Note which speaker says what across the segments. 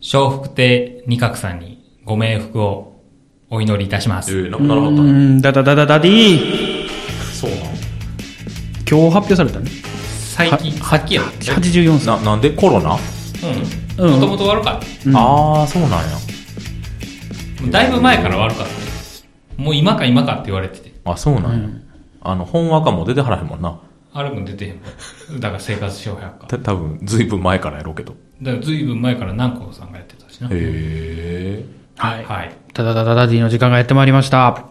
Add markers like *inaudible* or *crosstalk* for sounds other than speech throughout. Speaker 1: 笑福亭仁鶴さんにご冥福をお祈りいたしま
Speaker 2: え
Speaker 1: す。
Speaker 2: ー、な
Speaker 3: う
Speaker 2: なるほど。
Speaker 3: ーん、だだだだだでいい。
Speaker 2: そう
Speaker 3: 今日発表されたね。
Speaker 1: 最近、さっきやろ。
Speaker 3: 84歳。
Speaker 2: なのな、なんでコロ
Speaker 1: う
Speaker 2: ナ、
Speaker 1: ん。
Speaker 3: う
Speaker 1: も
Speaker 3: ん
Speaker 1: ともと悪かった。
Speaker 3: うん
Speaker 2: ああ、そうなんや。
Speaker 1: だいぶ前から悪かったね。もう今か今かって言われてて。
Speaker 2: あ、そうなんや。
Speaker 3: うん
Speaker 2: あの、本話かも出てはらへんもんな。
Speaker 1: あるくん出てへんもん。だから生活しようやんか。だか
Speaker 2: た多分ずいぶん前からやろうけど。
Speaker 1: らずいぶん前から南光さんがやってたしな。
Speaker 2: へえ。
Speaker 3: はい。
Speaker 1: はい。
Speaker 3: ただだだだディの時間がやってまいりました。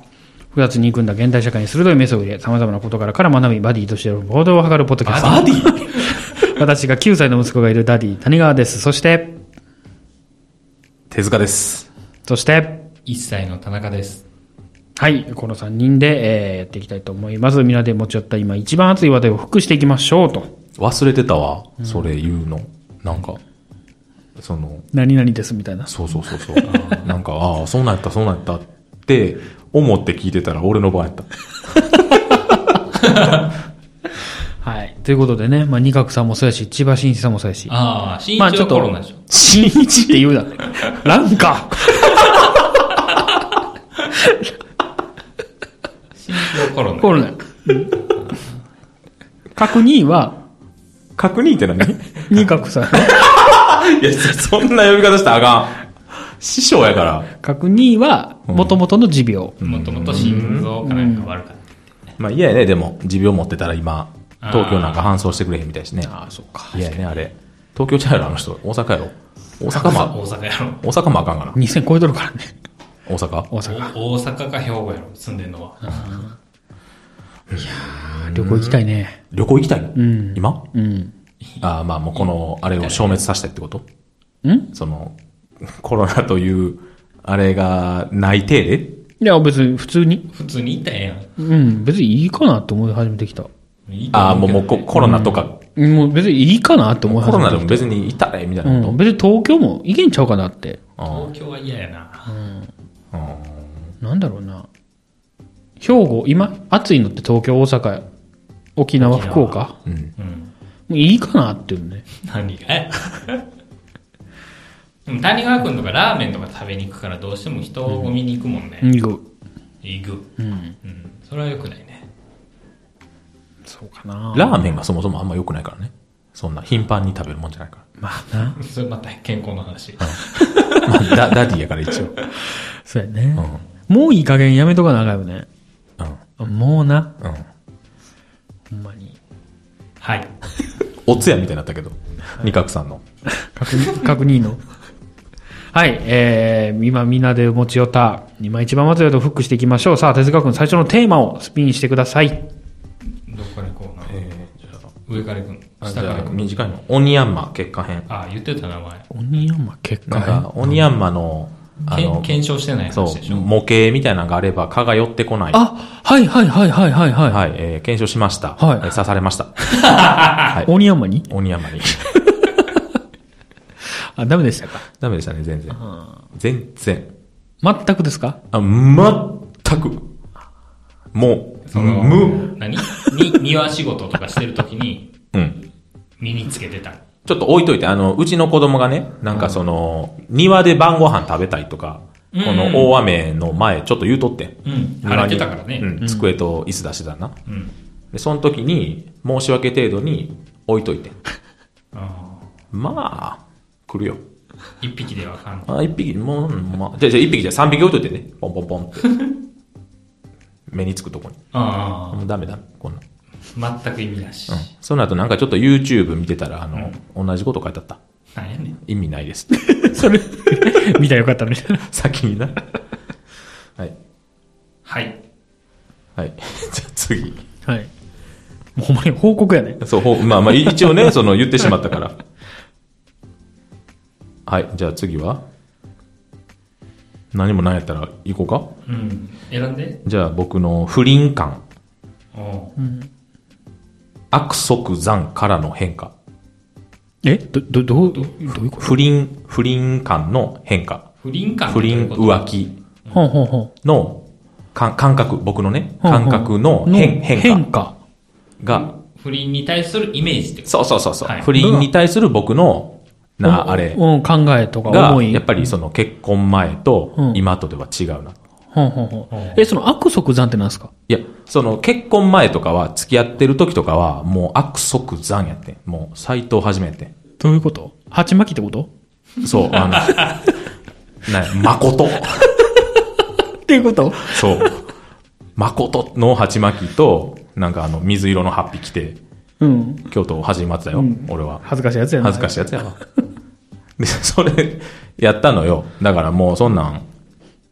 Speaker 3: 複雑に憎んだ現代社会に鋭いメスを入れ、様々な事柄から学び、バディとしての行動を図るポッドキャスト。
Speaker 2: バディ
Speaker 3: 私が9歳の息子がいるダディ、谷川です。そして、
Speaker 2: 手塚です。
Speaker 3: そして、
Speaker 1: 1歳の田中です。
Speaker 3: はい、この3人で、えーやっていきたいと思います。みんなで持ち寄った今一番熱い話題を復していきましょうと。
Speaker 2: 忘れてたわ。それ言うの。なんか、その、
Speaker 3: 何々ですみたいな。
Speaker 2: そうそうそうそう。なんか、ああ、そうなんやった、そうなんやったって思って聞いてたら俺の番やった。
Speaker 3: はい。ということでね、まあ、二角さんもそうやし、千葉真一さんもそうやし。
Speaker 1: ああ、新
Speaker 3: まあ
Speaker 1: 一はコロナでしょ。
Speaker 3: 新一って言うな。なんか、
Speaker 1: 新一はコロナ。
Speaker 3: コロナ。確認は、
Speaker 2: 確認って何 *laughs*
Speaker 3: 二角さん。
Speaker 2: いや、そんな呼び方したらあかん。師匠やから。
Speaker 3: 確認は、もともとの持病。
Speaker 1: もともと心臓かなんか悪かっ
Speaker 2: まあ嫌やね、でも、持病持ってたら今、東京なんか搬送してくれへんみたいしね。
Speaker 3: ああ、そうか。
Speaker 2: 嫌やね、あれ。東京ちゃうやろ、あの人。大阪やろ。大
Speaker 1: た。
Speaker 2: 阪も、
Speaker 1: 大阪やろ。
Speaker 2: 大阪もあかんかな。
Speaker 3: 2000超えとるからね、
Speaker 2: 大阪
Speaker 3: 大阪。
Speaker 1: お大阪か兵庫やろ、住んでんのは。
Speaker 3: 旅行行きたいね。
Speaker 2: 旅行行きたい、今
Speaker 3: うん。
Speaker 2: ああ、まあもうこの、あれを消滅させたいってこと
Speaker 3: ん
Speaker 2: その、コロナという、あれがない程で
Speaker 3: いや、別に普通に。
Speaker 1: 普通に行ったらええやん。
Speaker 3: うん、別にいいかなって思い始めてきた。
Speaker 1: いいと
Speaker 2: ああ、
Speaker 1: 思
Speaker 2: もうも
Speaker 1: う
Speaker 2: う
Speaker 1: け
Speaker 2: コ
Speaker 1: どね
Speaker 2: コロナとか、
Speaker 3: もう別にいいかなって思い
Speaker 2: コ
Speaker 3: 始
Speaker 2: ロ
Speaker 3: め
Speaker 2: ナ
Speaker 3: て
Speaker 2: で
Speaker 3: き
Speaker 2: も別にいたらええみたい
Speaker 3: た。
Speaker 2: な
Speaker 3: う
Speaker 2: こ
Speaker 3: ん、別に東京も行けんちゃうかなって。
Speaker 2: と。うん
Speaker 1: 東京は嫌やな。
Speaker 3: なんだろうな。兵庫、今、暑いのって東京、大阪、沖縄、
Speaker 1: 沖縄
Speaker 3: 福岡。
Speaker 2: うん。
Speaker 1: うん。
Speaker 3: もういいかなっていうね。
Speaker 1: 何がや *laughs* でも谷川くんとかラーメンとか食べに行くからどうしても人をゴミに行くもんね。
Speaker 3: 行く。
Speaker 1: 行く。
Speaker 3: うん。
Speaker 1: うん。それは良くないね。 *laughs*
Speaker 3: そうかな。
Speaker 2: ラーメンがそもそもあんま良くないからね。そんな頻繁に食べるもんじゃないか
Speaker 3: まあな。
Speaker 1: それまた健康の話。
Speaker 2: ら。 *laughs* まあ、ダダディやから一応。
Speaker 3: そうやね
Speaker 2: う。
Speaker 3: もういい加減やめとかなあかんよね。
Speaker 2: ん。うん。
Speaker 3: もうな。
Speaker 2: うん。
Speaker 3: ほんまに。
Speaker 1: はい。
Speaker 2: おつやみたいになったけど。二角さんの。
Speaker 3: 確認、確認の。 *laughs* はい、えー、今みんなで持ち寄った、今一番まずいとフックしていきましょう。さあ、手塚くん、最初のテーマをスピンしてください。
Speaker 1: どこから行こうな。
Speaker 2: ええ、じゃ
Speaker 1: 上から行くの
Speaker 2: あ、
Speaker 1: 下から行くの
Speaker 2: 短いの。オニヤンマ結果編。
Speaker 1: ああ、言ってた名前。
Speaker 3: 鬼山結
Speaker 2: なんか、オニヤンマの、あ
Speaker 1: けん
Speaker 2: の、
Speaker 1: 検証してない
Speaker 2: そ
Speaker 1: 話でし
Speaker 2: う、
Speaker 1: ょ。
Speaker 2: 模型みたいなのがあれば、蚊が寄ってこない。
Speaker 3: あ、はいはいはいはいはいはい。
Speaker 2: はい、えー検証しました。
Speaker 3: はい
Speaker 2: えー刺されました。はい
Speaker 3: 鬼山に
Speaker 2: オニヤン *laughs* マに。
Speaker 3: あ、ダメでしたか。
Speaker 2: ダメでしたね、全然。全然。
Speaker 3: 全くですか
Speaker 2: あ、まったく。もう、
Speaker 1: その
Speaker 2: む、
Speaker 1: 何に、庭仕事とかしてるときに *laughs*
Speaker 2: うん。
Speaker 1: 身につけてた。
Speaker 2: ちょっと置いといて、あの、うちの子供がね、なんかその、庭で晩ご飯食べたいとか、
Speaker 1: うん
Speaker 2: この大雨の前、ちょっと言うとってん。
Speaker 1: うん。晴れてたからね。
Speaker 2: うん、机と椅子出してたな。
Speaker 1: うん。
Speaker 2: で、その時に、申し訳程度に置いといて。
Speaker 1: ああ。
Speaker 2: まあ、来るよ。
Speaker 1: 一匹ではあかん。
Speaker 2: あ、一匹、もう、うんまあ、じゃあじゃあ一匹じゃあ三匹置いといてね。ポンポンポンって。 *laughs* 目につくとこに。
Speaker 1: あ
Speaker 2: もうダメだ、こんなん。
Speaker 1: あ。全く意味なし。
Speaker 2: その後なんかちょっと YouTube 見てたら、あの、同じこと書いてあった。
Speaker 1: なんやねん。
Speaker 2: 意味ないですって。 *laughs*
Speaker 3: それ、 *laughs* 見たらよかったのに。
Speaker 2: 先にな。はい。
Speaker 1: はい。
Speaker 2: はい。 *laughs* じゃあ次。
Speaker 3: はい。もうほんまに報告やね。
Speaker 2: そう、ほまあまあ、一
Speaker 3: *laughs*
Speaker 2: 応ね、その言ってしまったから。はい。じゃあ次は何もないやったら行こうか
Speaker 1: うん。選んで。
Speaker 2: じゃあ僕の不倫感、
Speaker 1: おう
Speaker 2: 悪即残からの変化。
Speaker 3: えど、ど、どう、どういうこ
Speaker 2: 不倫、不倫感の変化。
Speaker 1: 不倫感
Speaker 2: 不倫
Speaker 1: うわ
Speaker 2: 浮気
Speaker 3: とほんほんほん。
Speaker 2: の感感覚、僕のね、
Speaker 3: ほんほ
Speaker 2: 感
Speaker 3: ん
Speaker 2: 覚の変変化
Speaker 3: 変化。
Speaker 2: が、
Speaker 1: 不倫に対するイメージってこ
Speaker 2: そうそうそうそう、
Speaker 1: はい
Speaker 2: 不倫に対する僕のな、あれ
Speaker 3: うん、考えとか
Speaker 2: が
Speaker 3: 思、い。
Speaker 2: やっぱりその結婚前
Speaker 3: うん
Speaker 2: と今とでは違うな。
Speaker 3: ほんほんほん。え、その悪即残ってなんですか
Speaker 2: いや、その結婚前とかは、付き合ってる時とかは、もう悪即残やってんもう斎藤はじめやって
Speaker 3: どういうこと鉢巻きってこと
Speaker 2: んそう、あの、 *laughs* ね、誠。
Speaker 3: っていうこと
Speaker 2: そう。誠の鉢巻きと、なんかあの、水色のハッピー着て、
Speaker 3: うん。
Speaker 2: 京都を始まってたよ、俺は。
Speaker 3: 恥ずかしいやつやな。
Speaker 2: 恥ずか
Speaker 3: しい。
Speaker 2: しいやつやわ。で、それ、やったのよ。だからもうそんなん、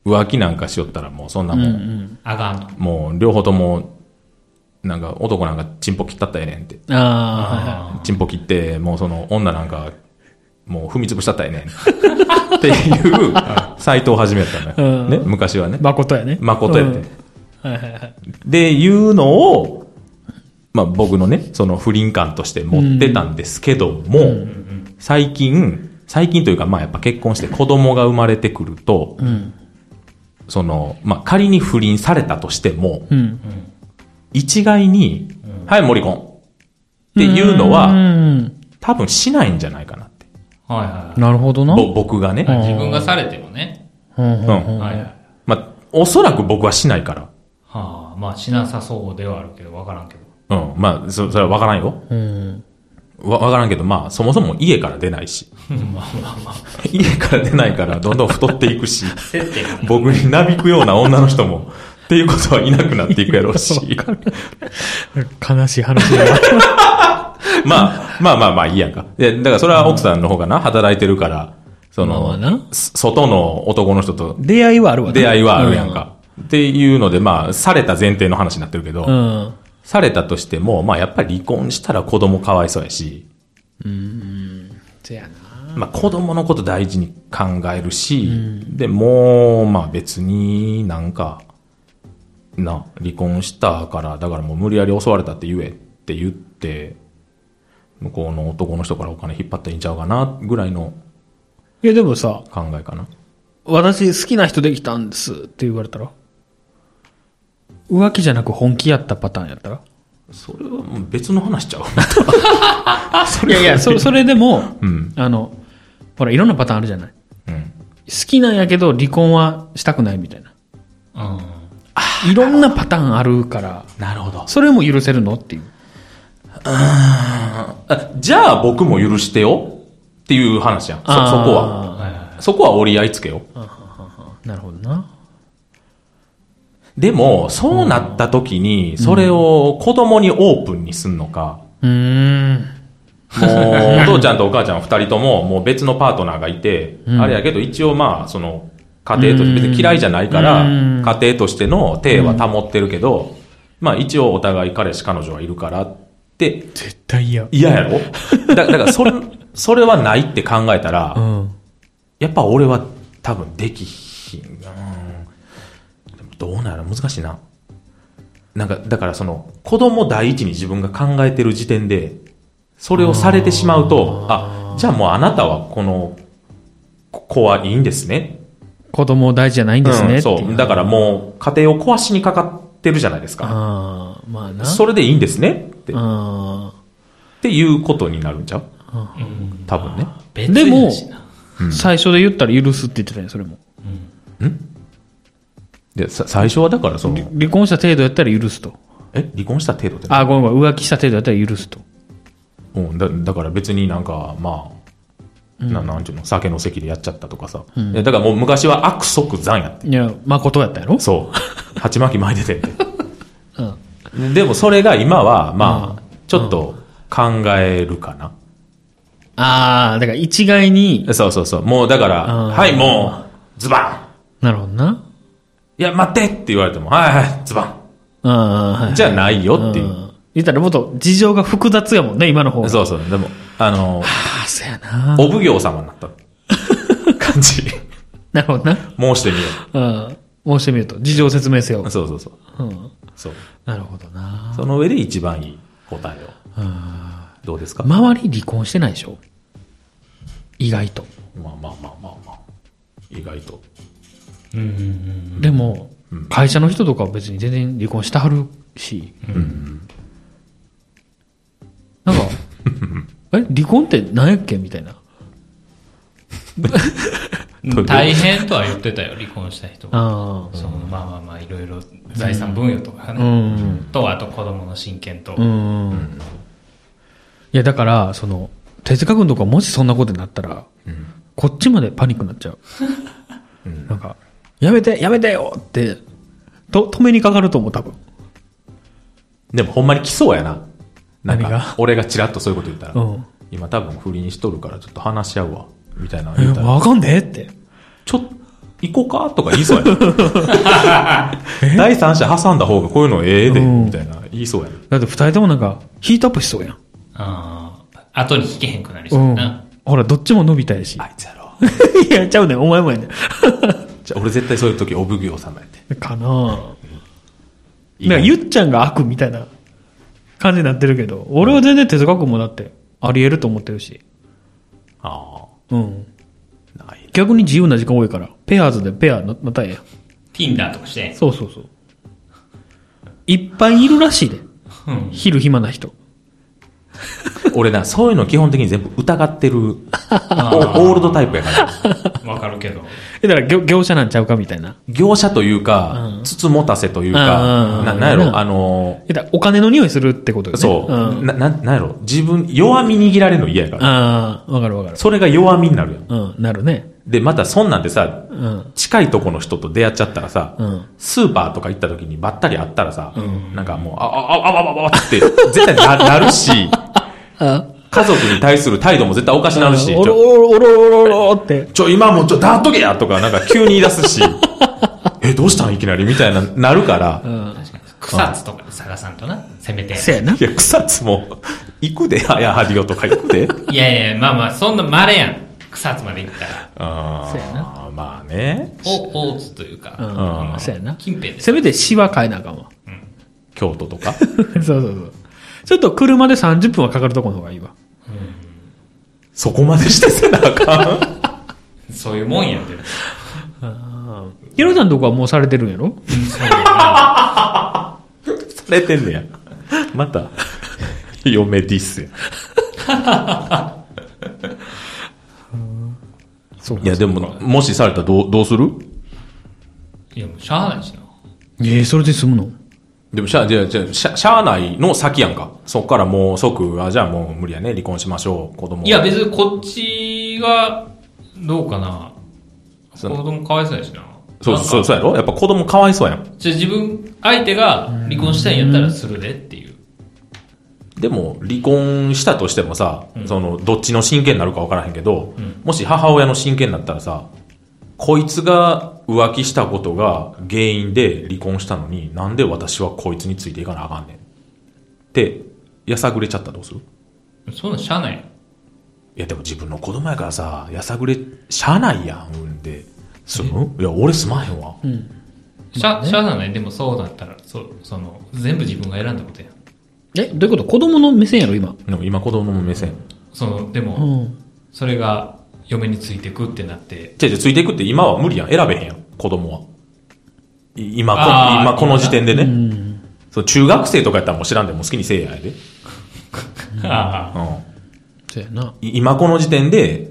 Speaker 2: 浮気なんかしよったらもうそんなんもう、
Speaker 1: あがんと。
Speaker 2: もう両方とも、なんか男なんかチンポ切ったったらええねんって。
Speaker 3: あ
Speaker 2: チンポ切って、もうその女なんか、もう踏み潰したったらえ
Speaker 3: *laughs*
Speaker 2: えねん。っていう、斎藤はじめやったの
Speaker 3: う
Speaker 2: よ。
Speaker 3: ん
Speaker 2: ね、昔はね
Speaker 3: あ。。誠やね。
Speaker 2: 誠やって。
Speaker 3: うん。はいはいはい。
Speaker 2: で、いうのを、まあ僕のね、その不倫感として持ってたんですけども、最近、最近というかまあやっぱ結婚して子供が生まれてくると、
Speaker 3: うん。
Speaker 2: その、まあ仮に不倫されたとしても、
Speaker 3: うん。
Speaker 2: 一概に、はい、森婚っていうの
Speaker 3: う
Speaker 2: は、
Speaker 3: ん。
Speaker 2: 多分しないんじゃないかなって。
Speaker 1: はいはい
Speaker 3: なるほどな。
Speaker 2: ぼ僕が
Speaker 1: はい。
Speaker 2: ね。
Speaker 1: 自分がされてもね。
Speaker 3: うん
Speaker 2: う
Speaker 3: うん
Speaker 2: ん。
Speaker 1: はいはい。
Speaker 2: まあ、おそらく僕はしないから。
Speaker 1: はあ、まあしなさそうではあるけど、わからんけど。
Speaker 2: うん。まあ、そそれはわからんよ。
Speaker 3: うん。
Speaker 2: わ、わからんけど、まあ、そもそも家から出ないし。家から出ないから、どんどん太っていくし、
Speaker 1: 接点がね
Speaker 2: 僕になびくような女の人も、っていうことはいなくなっていくやろうし。
Speaker 3: 悲しい話だな。
Speaker 2: まあ、まあまあまあ、いいやんか。で、だからそれは奥さんの方がな、働いてるから、そ
Speaker 3: まあ
Speaker 2: の
Speaker 3: まあな、
Speaker 2: す外の男の人と
Speaker 3: *laughs* 出会いはあるわな
Speaker 2: 出会いはあるやん。か。っていうので、まあ、された前提の話になってるけど、
Speaker 3: うん。
Speaker 2: されたとしても、まあ、やっぱり離婚したら子供かわいそうやし、
Speaker 3: せやな。
Speaker 2: まあ、子供のこと大事に考えるし、で、もう、まあ、別になんか、な、離婚したから、だからもう無理やり襲われたって言えって言って、向こうの男の人からお金引っ張っていいんちゃうかな、ぐらいの
Speaker 3: いやでもさ、
Speaker 2: 考えかな。
Speaker 3: 私好きな人できたんですって言われたら浮気じゃなく本気やったパターンやったら
Speaker 2: それはもう別の話ち *laughs* ゃう。
Speaker 3: いやいや、そそれでも、あの、ほら、いろんなパターンあるじゃない。
Speaker 2: うん。
Speaker 3: 好きなんやけど離婚はしたくないみたいな。
Speaker 1: うん。
Speaker 3: いろんなパターンあるから、
Speaker 2: なるほど。
Speaker 3: それも許せるのっていう。
Speaker 2: あじゃあ僕も許してよっていう話じゃん。そ、そこは。
Speaker 1: はいはい。
Speaker 2: そこは折り合いつけよ。
Speaker 3: あ。なるほどな。
Speaker 2: でも、そうなった時に、それを子供にオープンにすんのか、
Speaker 3: うーん。
Speaker 2: もう、お父ちゃんとお母ちゃん二人とも、もう別のパートナーがいて、あれやけど、一応まあ、その、家庭として、別に嫌いじゃないから、
Speaker 3: うん
Speaker 2: 家庭としての体は保ってるけど、まあ一応お互い彼氏彼女はいるからって、
Speaker 3: 絶対嫌。
Speaker 2: 嫌や
Speaker 3: *laughs*
Speaker 2: ろだだから、それ、それはないって考えたら
Speaker 3: う、ん。
Speaker 2: やっぱ俺は多分できひん。うんでもどうなんやろ難しいな。なんか、だからその、子供第一に自分が考えてる時点で、それをされてしまうと、あ、じゃあもうあなたはこのこ子はいいんですね。
Speaker 3: 子供大事じゃないんですね。
Speaker 2: うん、
Speaker 3: って
Speaker 2: そ。
Speaker 3: いう
Speaker 2: だからもう家庭を壊しにかかってるじゃないですか。
Speaker 3: ああ、まあな。
Speaker 2: それでいいんですねって、っ
Speaker 3: あ
Speaker 2: ていうことになるんちゃう
Speaker 1: うん。
Speaker 2: 多分ね。
Speaker 1: 別にだしな
Speaker 3: あ、最初で言ったら許すって言ってたね、それも。
Speaker 2: で、さ最初はだからその、
Speaker 3: 離婚した程度やったら許すと。
Speaker 2: え、離婚した程度って
Speaker 3: あ、ごめんごめん。浮気した程度やったら許すと。
Speaker 2: うん、だだから別になんか、まあ、ななんていうの、酒の席でやっちゃったとかさ。いやだからもう昔は悪即残やって。
Speaker 3: いや、誠やったやろ
Speaker 2: そう。 *laughs* 鉢巻き巻いてて。
Speaker 3: うん。
Speaker 2: でもそれが今は、まあ、ちょっと考えるかな。
Speaker 3: ああ、だから一概に、
Speaker 2: そうそうそう。もうだから、
Speaker 3: うん
Speaker 2: はい、もう、ズバ
Speaker 3: なるほどな。
Speaker 2: ンいや、待ってって言われても、はいはい、ズバン
Speaker 3: ああ、はい。
Speaker 2: じゃないよ
Speaker 3: っ
Speaker 2: ってて
Speaker 3: い
Speaker 2: いうう。
Speaker 3: ん。言ったらもっと事情が複雑やもんね、今の方が。
Speaker 2: そうそう。でも、あの、
Speaker 3: ああ、そうやな。
Speaker 2: お奉行様になった感
Speaker 3: *laughs*
Speaker 2: じ。
Speaker 3: なるほどな。
Speaker 2: 申してみよ
Speaker 3: うん。申してみると。事情を説明せよ
Speaker 2: う。。そうそうそう。
Speaker 3: うん。
Speaker 2: そう。
Speaker 3: なるほどな。
Speaker 2: その上で一番いい答えを。どうですか、ま
Speaker 3: 周り離婚してないでしょ意外と。
Speaker 2: あまあまあまあまあ。意外と。
Speaker 1: うんうんうん。
Speaker 3: でも、会社の人とかは別に全然離婚してはるし。 *laughs* なんか、え、離婚って何やっけみたいな。
Speaker 2: どういう
Speaker 1: 大変とは言ってたよ、離婚した人が。
Speaker 3: あ
Speaker 1: そのまあまあまあ、いろいろ財産分与とか
Speaker 3: あ。う
Speaker 1: ね。
Speaker 3: ん。
Speaker 1: と、あと子供の親権と
Speaker 3: う。ん。いや、だから、その、手塚君とかもしそんなことになったら、こっちまでパニックになっち *laughs* ゃう。なんか、やめて、やめてよって、と、止めにかかると思う、多分。
Speaker 2: でもほんまに来そうやな。なん
Speaker 3: 何が
Speaker 2: か、俺がチラッとそういうこと言ったら、
Speaker 3: うん
Speaker 2: 今多分不倫しとるからちょっと話し合うわ、みたいなの
Speaker 3: え、
Speaker 2: 言ったら、
Speaker 3: わかんねえって。
Speaker 2: ちょっと、行こうかとか言いそうやな第三者挟んだ方がこういうのええで、
Speaker 3: うん
Speaker 2: みたいな、言いそうやな。
Speaker 3: だって二人ともなんか、ヒートアップしそうやん。
Speaker 1: ああ。後に引けへんくなりそううんやな。。
Speaker 3: ほら、どっちも伸びたやし。
Speaker 2: あいつやろ。
Speaker 3: *laughs* いや、ちゃうねん、お前もやね
Speaker 2: じゃあ俺絶対そういう時、お奉行様やって。
Speaker 3: ん。 *laughs* かなぁ。
Speaker 2: 意
Speaker 3: な
Speaker 2: 外
Speaker 3: んか、
Speaker 2: に
Speaker 3: ゆっちゃんが悪みたいな感じになってるけど、俺は全然手塚君もだって、あり得ると思ってるし。
Speaker 2: あ
Speaker 3: うん。
Speaker 2: あ、ない。
Speaker 3: 逆に自由な時間多いから、ペアーズでペアな、またええやん
Speaker 1: Tinder とかして。
Speaker 3: そうそうそう。いっぱいいるらしいで。
Speaker 1: うん。
Speaker 3: 昼暇な人。
Speaker 2: 俺な、そういうの基本的に全部疑ってる、おオールドタイプやか
Speaker 1: *laughs*
Speaker 2: ら。
Speaker 1: わかるけど。
Speaker 3: え、だから業業者なんちゃうかみたいな。
Speaker 2: 業者というか、
Speaker 3: うん
Speaker 2: つつもたせという
Speaker 3: うんうんう
Speaker 2: か、
Speaker 3: ん
Speaker 2: ななんや
Speaker 3: うん
Speaker 2: ろ、あの
Speaker 3: え、だからお金の匂いするってことよ
Speaker 2: ー、
Speaker 3: ね。
Speaker 2: そう、
Speaker 3: ん。
Speaker 2: な、ななんやろ、自分、弱み握られるの嫌やから。
Speaker 3: ああ、わかるわかる。
Speaker 2: それが弱みになるやん。
Speaker 3: うん、なるね。
Speaker 2: で、またそんなんでさ、
Speaker 3: うん。
Speaker 2: 近いとこの人と出会っちゃったらさ、
Speaker 3: うん
Speaker 2: スーパーとか行った時にばったり会ったらさ、なんかもう、あ、あ、あ、あ、あ、あ、あって、絶対ななるし、家族に対する態度も絶対おかしなるし、ち
Speaker 3: おろ
Speaker 2: ょ、
Speaker 3: おろおろおろおろって。
Speaker 2: ちょ、今もうちょ、黙っとけやとか、なんか急に言い出すし、え、どうしたんいきなりみたいな、なるから、
Speaker 3: うん。
Speaker 1: 草津とかで探さんとな、せめて。
Speaker 3: せやな。
Speaker 2: *laughs* いや、草津も、行くで、あやはりよとか行くで。
Speaker 1: いやいや、まあまあ、そんな稀やん。草津まで行ったら。
Speaker 2: *laughs* あ
Speaker 3: そうや
Speaker 2: あ、まあね。
Speaker 1: お、大津というか。
Speaker 3: うん
Speaker 2: う。ん
Speaker 3: そうやな。
Speaker 1: 近辺で
Speaker 3: せめてシワ変えなあかんわ。
Speaker 2: 京都とか。
Speaker 3: *laughs*
Speaker 2: *laughs*
Speaker 3: そうそうそう。ちょっと車で30分はかかるとこの方がいいわ。
Speaker 2: そこまでしてせなあかん。
Speaker 1: そういうもんやんて。
Speaker 3: ヒロちゃんとこはもうされてるんやろ
Speaker 2: されてんねや。また、嫁ディスや。 *laughs*
Speaker 3: そうか
Speaker 2: いや、でも、もしされたらどう、どうする
Speaker 1: いや、もうしゃあないしな。
Speaker 3: ええ、それで済むの
Speaker 2: でも、しゃ、じゃあじゃあしゃ、しゃあないの先やんか。そっからもう即、あ、じゃあもう無理やね、離婚しましょう、子供。
Speaker 1: いや、別にこっちが、どうかな。子
Speaker 2: そう
Speaker 1: 供かわいそうやしな。
Speaker 2: そうそう、
Speaker 1: う。
Speaker 2: そうやろやっぱ子供かわいそうやん。
Speaker 1: じゃあ自分、相手が離婚したいんやったらするでっていう。
Speaker 2: でも、離婚したとしてもさ、その、どっちの親権になるかわからへんけど、もし母親の親権になったらさ、こいつが浮気したことが原因で離婚したのに、なんで私はこいつについていかなあかんねん。って、やさぐれちゃったらどうする
Speaker 1: そんなんしゃあないやん。
Speaker 2: いや、でも自分の子供やからさ、やさぐれ、しゃあないやん、うんで。すむいや、俺すまへんわ。
Speaker 1: しゃ、しゃあない。でもそうだったら、そう、その、全部自分が選んだことやん。
Speaker 3: え、どういうこと子供の目線やろ、今。
Speaker 2: でも今子供の目線。
Speaker 1: その、で
Speaker 3: う
Speaker 1: も、
Speaker 3: ん。
Speaker 1: それが、嫁についてくってなって、
Speaker 2: じゃじゃついていくって今は無理やん。選べへんやん、子供は。い今こ、
Speaker 1: あー
Speaker 2: 今この時点でね。
Speaker 3: うん。
Speaker 2: そう中学生とかやったらもう知らんでもう好きにせえやで、
Speaker 1: あ
Speaker 2: うん、
Speaker 3: そうやな。
Speaker 2: い今この時点で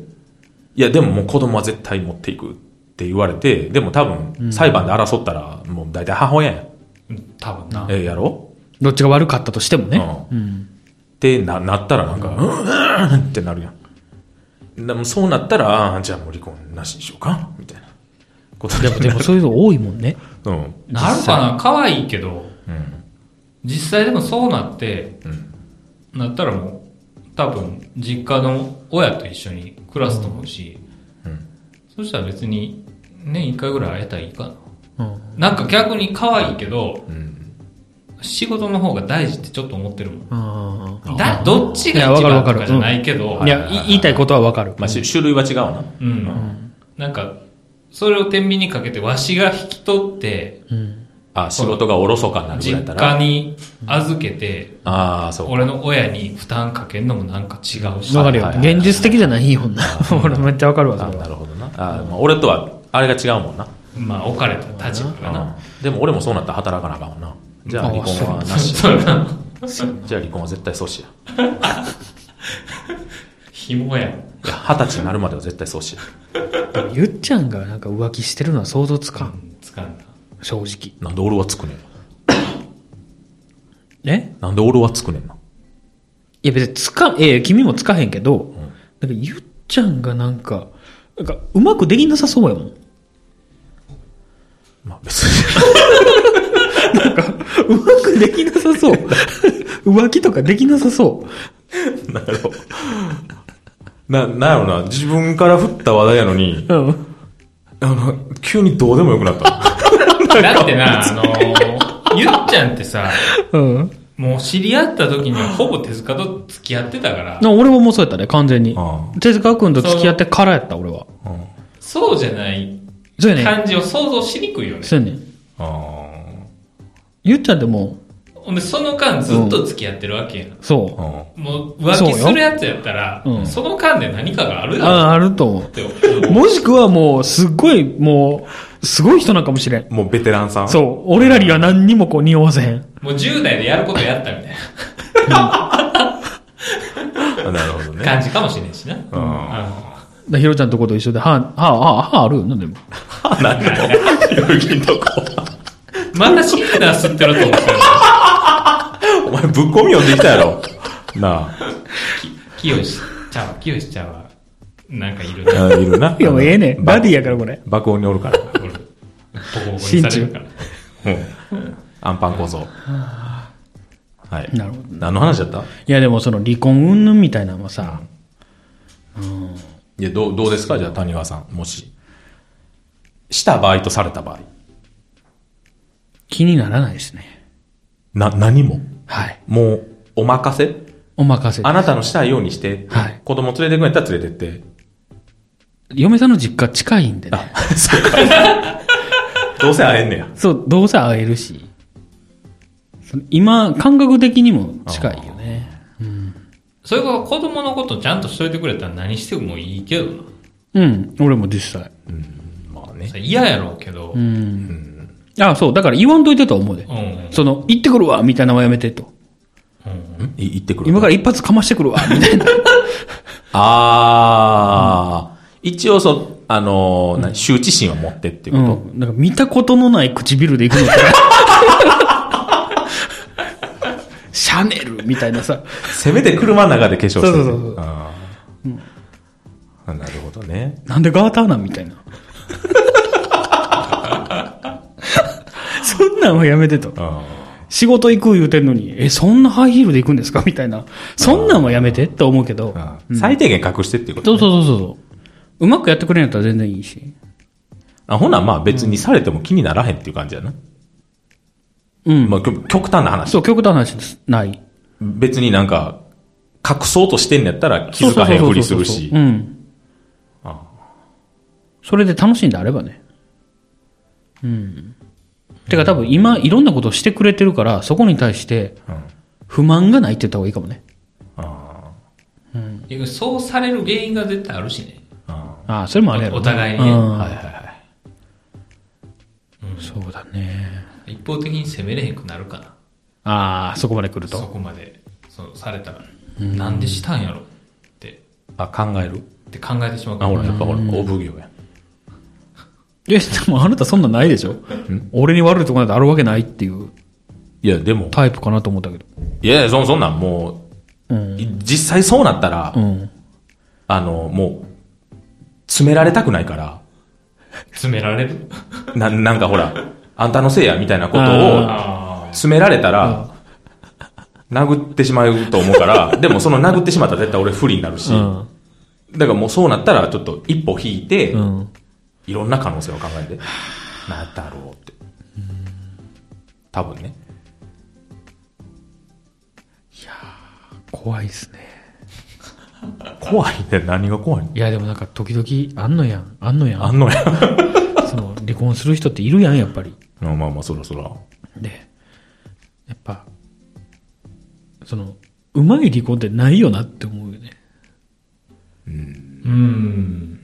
Speaker 2: いやでももう子供は絶対持っていくって言われてでも多分裁判で争ったらもう大体母親やん、
Speaker 1: あ、 *laughs* 多分な。
Speaker 2: えーやろ
Speaker 3: どっちが悪かったとしてもね。うん。
Speaker 2: ってななったらなんかうんうんってなるやんでもそうなったらあーじゃあもう離婚なしにしようかみたいなことに
Speaker 3: で
Speaker 2: な
Speaker 3: も、
Speaker 2: る
Speaker 3: でもそういうの多いもんね。
Speaker 2: うん
Speaker 1: なるかな可愛いけど、
Speaker 2: うん
Speaker 1: 実際でもそうなって、
Speaker 2: うん
Speaker 1: なったらもう、多分、実家の親と一緒に暮らすと思うし、
Speaker 2: うん
Speaker 1: そしたら別に、年一回ぐらい会えたらいいか
Speaker 3: うん。
Speaker 1: な。なんか逆に可愛いけど、
Speaker 2: うん
Speaker 1: 仕事の方が大事ってちょっと思ってるもん。
Speaker 3: あー
Speaker 1: だどっちが
Speaker 3: いやわ
Speaker 1: 一
Speaker 3: かるわ
Speaker 1: 番と
Speaker 3: かる
Speaker 1: かじゃないけど、
Speaker 3: いや、い言いたいことはわかる。
Speaker 2: まあ、し種類は違うな
Speaker 1: うん。なんか、それを天秤にかけて、わしが引き取って、
Speaker 3: うん。
Speaker 2: あ仕事がおろそかになるぐらいや
Speaker 1: 実
Speaker 2: ったら
Speaker 1: 家に預けて、
Speaker 2: ああそうか
Speaker 1: 俺の親に負担かけんのもなんか違うし。
Speaker 3: わかるよ
Speaker 2: はい。はいはい
Speaker 3: 現実的じゃないよ、な。 *laughs* 俺めっちゃわかるわ、そ
Speaker 2: あ
Speaker 3: れ
Speaker 2: な
Speaker 3: は。
Speaker 2: るほどなあ、まあ、俺とはあれが違うもんな、
Speaker 1: まあ、置かれた立場がな。
Speaker 2: でも俺もそうなったら働かなあかんもんなじゃあ
Speaker 3: あ
Speaker 2: 離婚はなし *laughs*
Speaker 1: そうやな。
Speaker 2: じゃあ離婚は絶対阻止や
Speaker 1: 紐やん。
Speaker 2: いや二十歳になるまでは絶対そうしない
Speaker 3: でもゆっちゃんがなんか浮気してるのは想像つかん。
Speaker 1: つかんだ。
Speaker 3: *laughs* 正直。
Speaker 2: なんで俺はつくねん
Speaker 3: え
Speaker 2: なんで俺はつくねんない
Speaker 3: や別につかん、いやいや君もつかへんけど、なんかゆっちゃんがなんか、なんかうまくできなさ *laughs* そうやもん。
Speaker 2: まあ別に
Speaker 3: うまくできなさそう。 *laughs* 浮気とかできなさそ
Speaker 2: *laughs*
Speaker 3: う。
Speaker 2: なんやろ。な、なんやろな、自分から振った話題やのに、
Speaker 3: うん。
Speaker 2: あの、急にどうでもよくな *laughs* った。
Speaker 1: だってな、あのー、ゆっちゃんってさ、
Speaker 3: うん。
Speaker 1: もう知り合った時にはほぼ手塚と付き合ってたから、
Speaker 3: な俺はもうそうやったね、完全に
Speaker 2: あ。
Speaker 3: 手塚くんと付き合ってからやった、俺は。
Speaker 2: うん。
Speaker 1: そうじゃない
Speaker 3: そうやね。
Speaker 1: 感じを想像しにくいよね。
Speaker 3: そうやね。
Speaker 2: あ
Speaker 3: ゆっちゃんでも、
Speaker 1: ほんで、その間ずっと付き合ってるわけやん。
Speaker 3: そ
Speaker 2: あ。うん。
Speaker 1: もう浮気するやつやったら、
Speaker 3: そう
Speaker 1: そ,、
Speaker 3: よ
Speaker 1: の
Speaker 3: うん
Speaker 1: 間で何かがある
Speaker 3: う。
Speaker 1: だろ
Speaker 3: ああ、ると思う。
Speaker 1: うって思う。
Speaker 3: もしくはもう、すっごい、もう、すごい人なんかもしれん。
Speaker 2: もうベテランさん。。
Speaker 3: そうう。俺らには何にもこう、匂わせへん。
Speaker 1: もう10代でやることやったみたい
Speaker 2: なるほど
Speaker 1: な
Speaker 2: ね。
Speaker 1: 感じかもしれんしな。
Speaker 2: うん。
Speaker 3: だひろちゃんとこと一緒で、歯、歯、歯、歯あるよな、でも。
Speaker 2: 何で *laughs* も。ゆきんとこ。
Speaker 1: うんまたシーナー吸ってると思ったら、
Speaker 2: お前ぶっ込み読んできたやろ。なあ
Speaker 1: きよしちゃんは、きよしちゃんは、なんかいるな。
Speaker 2: うん。いるな。
Speaker 3: いや、もうええねん。
Speaker 2: バ
Speaker 3: バディやから、これ。
Speaker 2: 爆音におるから。
Speaker 1: 俺ボコボコにされるから。
Speaker 2: うん。アンパン構造。はい。
Speaker 3: なるほど
Speaker 2: 何の話だった
Speaker 3: いや、でもその、離婚云々みたいなのはさ、
Speaker 2: いや、どう、どうですかじゃあ、谷川さん。もし。した場合とされた場合。
Speaker 3: 気にならないですね。
Speaker 2: な、何も。
Speaker 3: はい。
Speaker 2: もう、お任せ
Speaker 3: お任せ。
Speaker 2: あなたのしたいようにして、
Speaker 3: はい
Speaker 2: 子供連れてくんやったら連れてっ
Speaker 3: *laughs*
Speaker 2: て。
Speaker 3: 嫁さんの実家近いんでね。
Speaker 2: そうか。どうせ会えんねや。
Speaker 3: そう、どうせ会えるし。その今、感覚的にも近いよね。
Speaker 1: それこそ子供のことちゃんとしといてくれたら何してもいいけどな。
Speaker 3: うん、俺も実際。
Speaker 2: まあね
Speaker 1: そ。れ嫌やろうけど、う。
Speaker 3: うんん。あ、そう、だから言わんといてとは思うで。
Speaker 1: うん。
Speaker 3: その、行ってくるわみたいなのはやめてと。
Speaker 2: い行ってくる。
Speaker 3: 今から一発かましてくるわみ *laughs* たいな。
Speaker 2: あー。一応、そう、あのー、何羞恥心は持ってっていう
Speaker 3: う
Speaker 2: こ
Speaker 3: ん。なんか見たことのない唇で行くの *laughs* って。シャネルみたいなさ。
Speaker 2: と。せめて車の中で化粧して
Speaker 3: そうそうそうそう
Speaker 2: あーなるほどね。
Speaker 3: なんでガーターなんみたいな。そんなんはやめてと。
Speaker 2: うん
Speaker 3: 仕事行く言うてんのに、え、そんなハイヒールで行くんですかみたいな。そんなんはやめてって思うけど。
Speaker 2: うん最低限隠してっていうこと
Speaker 3: そ
Speaker 2: ね。
Speaker 3: うそうそうそう。うまくやってくれんやったら全然いいし。
Speaker 2: あほな、まあ別にされても気にならへんっていう感じやな。
Speaker 3: うん。
Speaker 2: まあ極極端な話。
Speaker 3: そう、極端な話です。ない。
Speaker 2: 別になんか、隠そうとしてんのやったら気づかへんふりするし
Speaker 3: そうそうそうそう。うん。それで楽しんであればね。うん。てか多分今いろんなことをしてくれてるから、そこに対して不満がないって言った方がいいかもね。
Speaker 1: いやそうされる原因が絶対あるしね。
Speaker 3: ああ、それもあれやろ
Speaker 1: お互いにね
Speaker 3: うん
Speaker 2: はいはいはい。
Speaker 3: そうだね。
Speaker 1: 一方的に責めれへんくなるかな。
Speaker 3: ああ、そこまで来る
Speaker 1: そ
Speaker 3: と。
Speaker 1: こまで、そう、されたら。なんでしたんやろって、
Speaker 2: あ、考える
Speaker 1: って考えてしまうか
Speaker 2: あ、
Speaker 1: ら
Speaker 2: ほら、やっぱほら、お奉行や。
Speaker 3: いや、でもあなたそんなんないでしょ俺に悪いとこなんてあるわけないっていう
Speaker 2: いや、でも、
Speaker 3: タイプかなと思ったけど。
Speaker 2: いやいや、そそんなんも
Speaker 3: う
Speaker 2: う、
Speaker 3: ん。
Speaker 2: 実際そうなったら、
Speaker 3: うん。
Speaker 2: あの、もう、詰められたくないから、 *laughs*
Speaker 1: 詰められる。
Speaker 2: な、なんかほら、あんたのせいや、みたいなことを、
Speaker 1: あ
Speaker 2: 詰められたら、殴ってしまうと思う
Speaker 3: *laughs*
Speaker 2: から、でもその殴ってしまったら絶対俺不利になるし、
Speaker 3: うん。
Speaker 2: だからもうそうなったら、ちょっと一歩引いて、
Speaker 3: うん。
Speaker 2: いろんな可能性を考えて、なんだろうって。多分ね。
Speaker 3: 怖いですね。
Speaker 2: 怖いね。何が怖いの
Speaker 3: いや、でもなんか時々あんのやん、あんのや
Speaker 2: あ
Speaker 3: ん。
Speaker 2: んのや。 *laughs*
Speaker 3: その離婚する人っているやん、やっぱり。
Speaker 2: まあまあ、そらそら。
Speaker 3: で、やっぱ、その、うまい離婚ってないよなって思うよね。
Speaker 1: ーうん。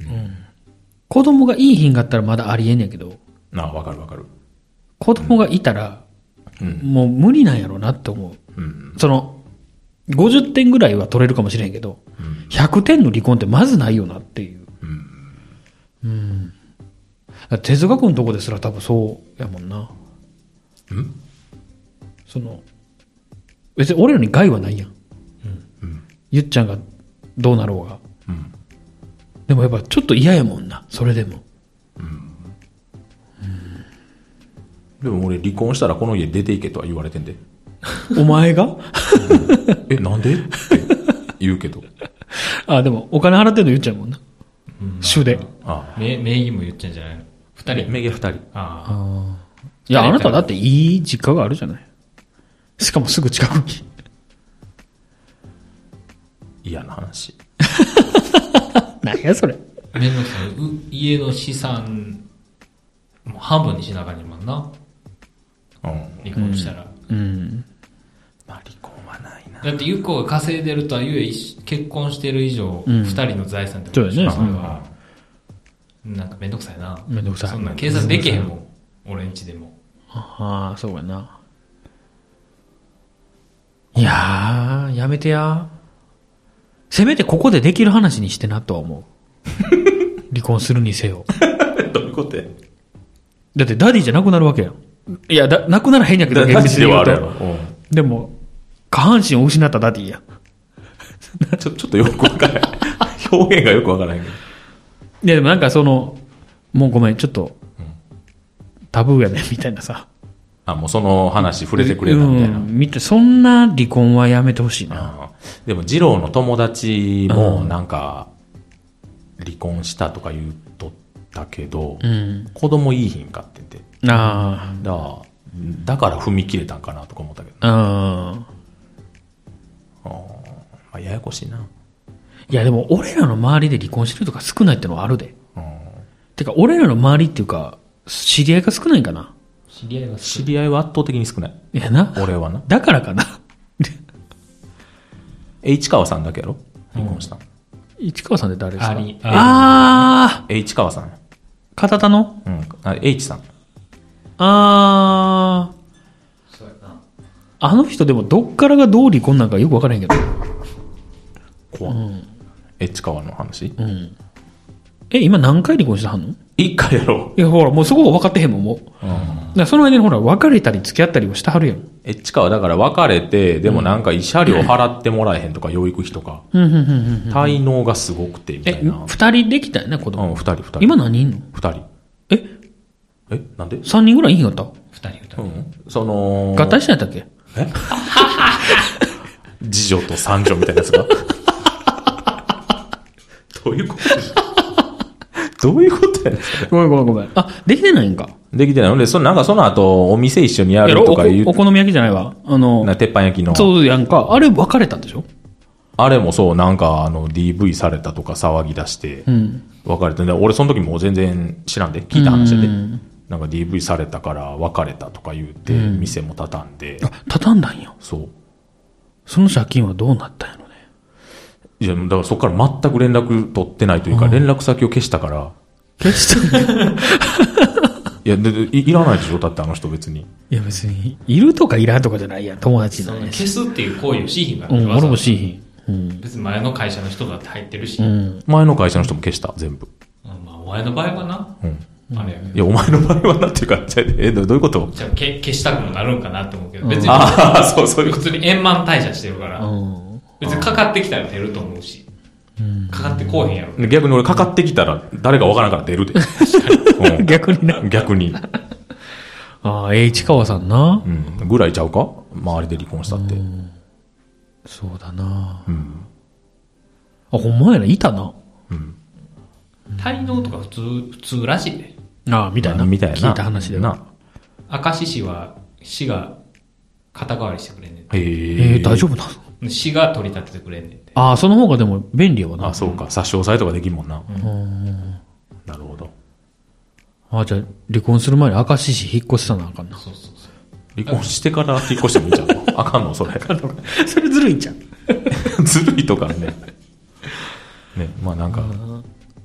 Speaker 3: 子供がいい品があったらまだありえんねんけど、
Speaker 2: なあ、わかるわかる。
Speaker 3: 子供がいたら、もう無理なんやろなって思う。その、 50点ぐらいは取れるかもしれんけど、100点の離婚ってまずないよなっていう。うん。だから哲学のとこですら多分そうやもんな。んその、別に俺らに害はないやん。ゆっちゃんがどうなろうが。でもやっぱちょっと嫌やもんな、それでも。 *laughs*
Speaker 2: でも俺離婚したらこの家出ていけとは言われてんで。
Speaker 3: お前が *laughs*
Speaker 2: え、なんでって言う *laughs* けど。
Speaker 3: あ、でもお金払ってんのゆっちゃんやもんな。主で。
Speaker 2: あ
Speaker 1: 名名義も言っちゃうんじゃないの二人。
Speaker 2: めげ二人。
Speaker 1: ああ。
Speaker 3: ああ。いや、あなただっていい実家があるじゃない。しかもすぐ近くに。
Speaker 2: 嫌な話。
Speaker 3: *laughs* 何やそれ。
Speaker 1: 面倒くさい。う家の資産、もう半分にしなあかんねんもんな。
Speaker 2: うん。
Speaker 1: 離婚したら。
Speaker 3: うん。
Speaker 2: まあ離婚はないな。
Speaker 1: だって、ゆっこが稼いでるとはゆえ、一結婚してる以上、
Speaker 3: うん
Speaker 1: 二人の財産ってことでしょ
Speaker 3: そうやね
Speaker 1: れはなんかめんどくさいな。
Speaker 3: めんどくさい
Speaker 1: そんなん計算できへんもん。俺んちでも。
Speaker 3: ああ、そうやな。いやー、やめてや。せめてここでできる話にしてなとは *laughs* 思う。離婚するにせよ。
Speaker 2: *laughs* どういうことや
Speaker 3: だってダディじゃなくなるわけやん。いや、だなくならへんやけど、
Speaker 2: だ
Speaker 3: 厳密に言
Speaker 2: ダ
Speaker 3: うと
Speaker 2: ディではあるやろ
Speaker 3: でも、下半身を失ったダディやん。
Speaker 2: ちょ、ちょっとよくわからない。表現がよくわからないけど。
Speaker 3: いやでもなんかその、もうごめん、ちょっと、タブーやね、みたいなさ。
Speaker 2: あ、もうその話触れてくれたみたいな。
Speaker 3: うん、みたそんな離婚はやめてほしいな。
Speaker 2: あーでも、二郎の友達も、なんか、離婚したとか言うとったけど、
Speaker 3: うん。
Speaker 2: 子供いいひんかってて。
Speaker 3: あ
Speaker 2: だから、だから踏み切れたんかなとか思ったけど、
Speaker 3: あ。うん。
Speaker 2: まあ、ややこしいな。
Speaker 3: いやでも俺らの周りで離婚してるとか少ないってのはあるで。
Speaker 2: うん
Speaker 3: てか俺らの周りっていうか、知り合いが少ないんかな。
Speaker 1: 知り合いが
Speaker 2: 知り合いは圧倒的に少ない。
Speaker 3: いやな。
Speaker 2: 俺はな。
Speaker 3: だからかな。 *laughs*
Speaker 2: え、市川さんだけやろ離婚したの。
Speaker 3: 市川さんって誰ですか
Speaker 1: あり
Speaker 3: あ
Speaker 2: え、市川さん。
Speaker 3: ー、片田の
Speaker 2: うん。あ、H さん。
Speaker 3: あー、
Speaker 1: そうやな。
Speaker 3: あの人でもどっからがどう離婚なんかよくわからへんけど。
Speaker 2: 怖っえ、市川の話
Speaker 3: うん。え、今何回離婚してはんの
Speaker 2: 一回やろ
Speaker 3: いや、ほら、もうそこが分かってへんもん、もう。だ
Speaker 2: う。
Speaker 3: からその間にほら、別れたり付き合ったりをしてはるやん。
Speaker 2: え、市川だから別れて、でもなんか慰謝料払ってもらえへんとか、養育費とか、
Speaker 3: うん、うん、うん、うん。
Speaker 2: 滞納がすごくて、みた
Speaker 3: え
Speaker 2: いな、。
Speaker 3: 二人できたよね、子
Speaker 2: う
Speaker 3: 供。
Speaker 2: ん、二人、二人。
Speaker 3: 今何人いんの
Speaker 2: 二人。
Speaker 3: え、
Speaker 2: え、なんで
Speaker 3: 三人ぐらいいいんかった
Speaker 1: 二人歌
Speaker 2: う。
Speaker 1: うん
Speaker 2: その、
Speaker 3: 合体したんやったっけ
Speaker 2: *laughs* 次女と三女みたいなやつがどういうことどういうことやねんそれ
Speaker 3: ごめん、ごめん、ごめん。あ、できてないんか。
Speaker 2: できてないので、そのなんかその後、お店一緒にや
Speaker 3: や
Speaker 2: る
Speaker 3: ろ
Speaker 2: と
Speaker 3: おこ
Speaker 2: か言
Speaker 3: お
Speaker 2: う、
Speaker 3: 好み焼きじゃないわ。あの、
Speaker 2: な鉄板焼きの。
Speaker 3: そうやんか。あれ、別れたんでしょ
Speaker 2: あれもそう、なんかあの、DV されたとか騒ぎ出して、
Speaker 3: うん。
Speaker 2: 別れて、で俺その時もう全然知らんで、聞いた話やで。なんか DV されたから別れたとか言うて、店も畳んで、
Speaker 3: あ、畳んだんや。
Speaker 2: そう。
Speaker 3: その借金はどうなったんやろね。
Speaker 2: いや、だからそこから全く連絡取ってないというか、連絡先を消したから、
Speaker 3: 消したんや。
Speaker 2: いや、ででいいらないでしょだってあの人別に。
Speaker 3: *laughs* いや、別に、いるとかいらんとかじゃないやん、友達
Speaker 1: そ
Speaker 3: の
Speaker 1: の
Speaker 3: ね。
Speaker 1: 消すっていう行為をしいひんから
Speaker 3: う
Speaker 1: ね
Speaker 3: ん、
Speaker 1: わざ
Speaker 3: 俺
Speaker 1: わ
Speaker 3: も
Speaker 1: ざ
Speaker 3: しいひん。うん。
Speaker 1: 別に前の会社の人だって入ってるし。
Speaker 3: うん。
Speaker 2: 前の会社の人も消した、全部。
Speaker 1: まあ、お前の場合はな。
Speaker 2: うん。
Speaker 1: あれやけ
Speaker 2: い
Speaker 1: ど。
Speaker 2: や、お前の場合はなっていうか、じゃあえ、どどういうこと
Speaker 1: じゃあ、け消したくもなるんかなって思うけど、別に、
Speaker 2: ああ、 *laughs* そう、そういうこ
Speaker 1: 普通に円満退社してるから、
Speaker 3: うん。
Speaker 1: 別にかかってきたら出ると思うし。かかってこうへんやろ。
Speaker 2: と。逆に俺かかってきたら、誰かわからんから出るで。うん
Speaker 3: 逆にな。
Speaker 2: 逆に。
Speaker 3: ああ、え、市川さんな
Speaker 2: う。ん。ぐらいちゃうか周りで離婚したって。
Speaker 3: そうだな。うん。あ、ほんまやな、いたな。
Speaker 1: 滞納とか普通、普通らしいね。
Speaker 3: ああ、みたいな。
Speaker 2: みたいな。
Speaker 3: 聞いた話で
Speaker 2: な。。
Speaker 1: 明石市は、市が肩代わりしてくれんねん
Speaker 2: へ
Speaker 3: え
Speaker 2: え
Speaker 3: ー、大丈夫なの
Speaker 1: で。市が取り立ててくれんねんて。
Speaker 3: ああ、その方がでも便利やわな。
Speaker 2: あ、そうか。殺傷さえとかできんもんな。
Speaker 3: うん
Speaker 2: なるほど。
Speaker 3: ああ、じゃあ、離婚する前に明石市引っ越したなあかんな。
Speaker 1: そうそうそう。
Speaker 2: 離婚してから引っ越してもいいんちゃうのあかんのそれ。
Speaker 3: それずるいんちゃう
Speaker 2: *laughs* ずるいとかね。ね、まあなんか、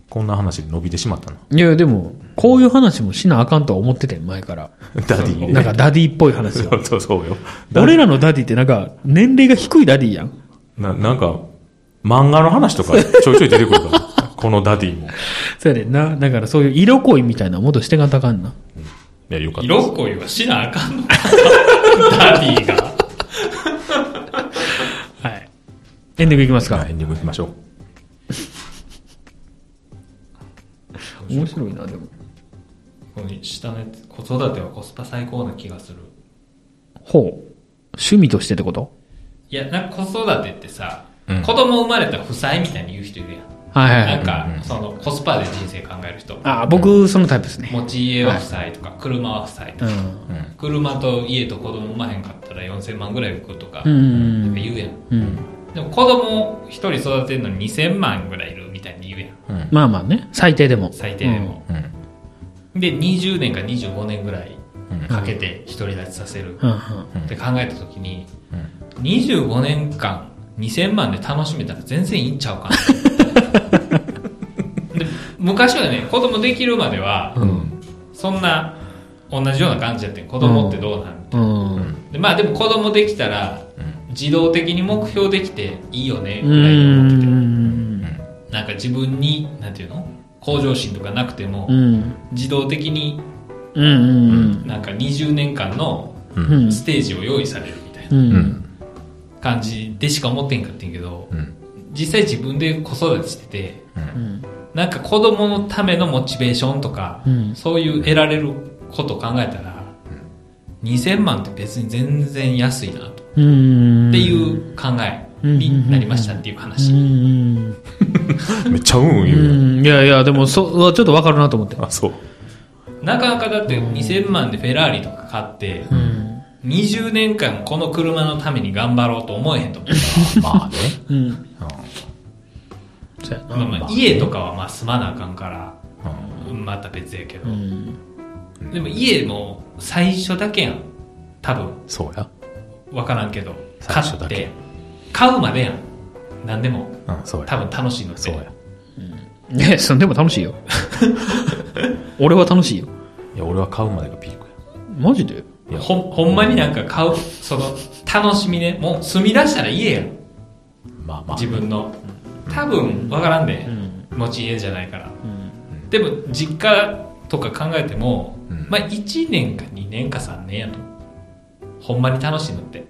Speaker 2: こんな話で伸びてしまったな。
Speaker 3: いや、でも、こういう話もしなあかんとは思っててん、前から。
Speaker 2: ダディ
Speaker 3: *laughs* なんか、ダディっぽい話を。
Speaker 2: そうそうそうよ。
Speaker 3: 俺らのダディってなんか、年齢が低いダディやん。
Speaker 2: な、なんか、漫画の話とかちょいちょい出てくるから、 *laughs* このダディも。
Speaker 3: そうやねんな。だからそういう色恋みたいなもっとしてがたかんな。
Speaker 2: いや、よかったです。
Speaker 1: 色恋はしなあかん
Speaker 3: *laughs*
Speaker 1: のかダディが。
Speaker 3: はい。エンディングいきますか。
Speaker 2: はいエンディング行きましょう。
Speaker 3: 面白いな、でも。
Speaker 1: この下のやつ、子育てはコスパ最高な気がする。
Speaker 3: ほう。趣味としてってこと
Speaker 1: いや、なんか子育てってさ、
Speaker 2: うん
Speaker 1: 子供生まれたら負債みたいに言う人いるやん。
Speaker 3: はいはいは
Speaker 1: なん
Speaker 3: い。
Speaker 1: か、そのコスパで人生考える人。
Speaker 3: あ、僕、そのタイプですね。
Speaker 1: 持ち家は負債とか、車は負債と
Speaker 3: う
Speaker 1: か、
Speaker 3: ん。
Speaker 1: 車と家と子供産まへんかったら4000万ぐらい浮くとか、
Speaker 3: う
Speaker 1: なん
Speaker 3: ん
Speaker 1: か。言うやん。
Speaker 3: うん。
Speaker 1: でも子供一人育てるのに2000万ぐらいいるみたいに言うやん。
Speaker 3: まあまあね。最低でも。
Speaker 1: 最低でも。
Speaker 2: うん。
Speaker 1: で、20年か25年ぐらい
Speaker 2: うん
Speaker 1: かけて独り立ちさせる。
Speaker 3: うん。うんうん。
Speaker 1: って考えた時に、25年間2000万で楽しめたら全然いいんちゃうかなで昔はね子供できるまでは、そんな同じような感じやってん子供ってどうなん、
Speaker 3: うん。うん。
Speaker 1: でまあでも子供できたら、自動的に目標できていいよね
Speaker 3: う
Speaker 1: ぐらいの
Speaker 3: ん。
Speaker 1: なんか自分になんていうの向上心とかなくても、
Speaker 3: うん。
Speaker 1: 自動的に
Speaker 3: うん。
Speaker 1: なんか20年間の
Speaker 3: うん。
Speaker 1: ステージを用意されるみたいな
Speaker 3: うん。
Speaker 1: 感じでしか思ってんかってんけど、
Speaker 2: うん
Speaker 1: 実際自分で子育てしてて、
Speaker 3: ん
Speaker 1: なんか子供のためのモチベーションとか、
Speaker 3: うん
Speaker 1: そういう得られることを考えたら、2000万って別に全然安いなと、
Speaker 3: うん。
Speaker 1: っていう考えになりましたっていう話。
Speaker 3: うん。
Speaker 2: めっちゃうんうん言うやん
Speaker 3: うん。いやいや、でも、そう、ちょっとわかるなと思って。
Speaker 2: あ、そう。
Speaker 1: なかなかだって2000万でフェラーリとか買って、
Speaker 3: うん。
Speaker 1: 20年間この車のために頑張ろうと思えへんと思う。
Speaker 2: まあね。
Speaker 3: うん。そうやな。
Speaker 1: まあまあ家とかはまあ住まなあかんから、
Speaker 2: うん
Speaker 1: また別やけど
Speaker 3: う。ん。
Speaker 1: でも家も最初だけやん。多分、
Speaker 2: そうや。
Speaker 1: わからんけど。
Speaker 2: 最
Speaker 1: 買
Speaker 2: 初
Speaker 1: っ
Speaker 2: だけ
Speaker 1: て、買うまでやん。何でも。
Speaker 2: うん、そう
Speaker 1: 多
Speaker 2: や。
Speaker 1: 分楽しいのって
Speaker 2: そうや。
Speaker 3: ねそんでも楽しいよ。俺は楽しいよ。
Speaker 2: いや、俺は買うまでがピークや。
Speaker 3: マジで
Speaker 2: いや
Speaker 1: ほん、ほんまになんか買う、その、楽しみね。もう住み出したら家やん。
Speaker 2: まあまあ。
Speaker 1: 自分の。多分、わからんで
Speaker 3: う。ん。
Speaker 1: 持ち家じゃないから。
Speaker 3: うん。
Speaker 1: でも、実家とか考えても
Speaker 2: うん、
Speaker 1: まあ1年か2年か3年やと。ほんまに楽しいのって。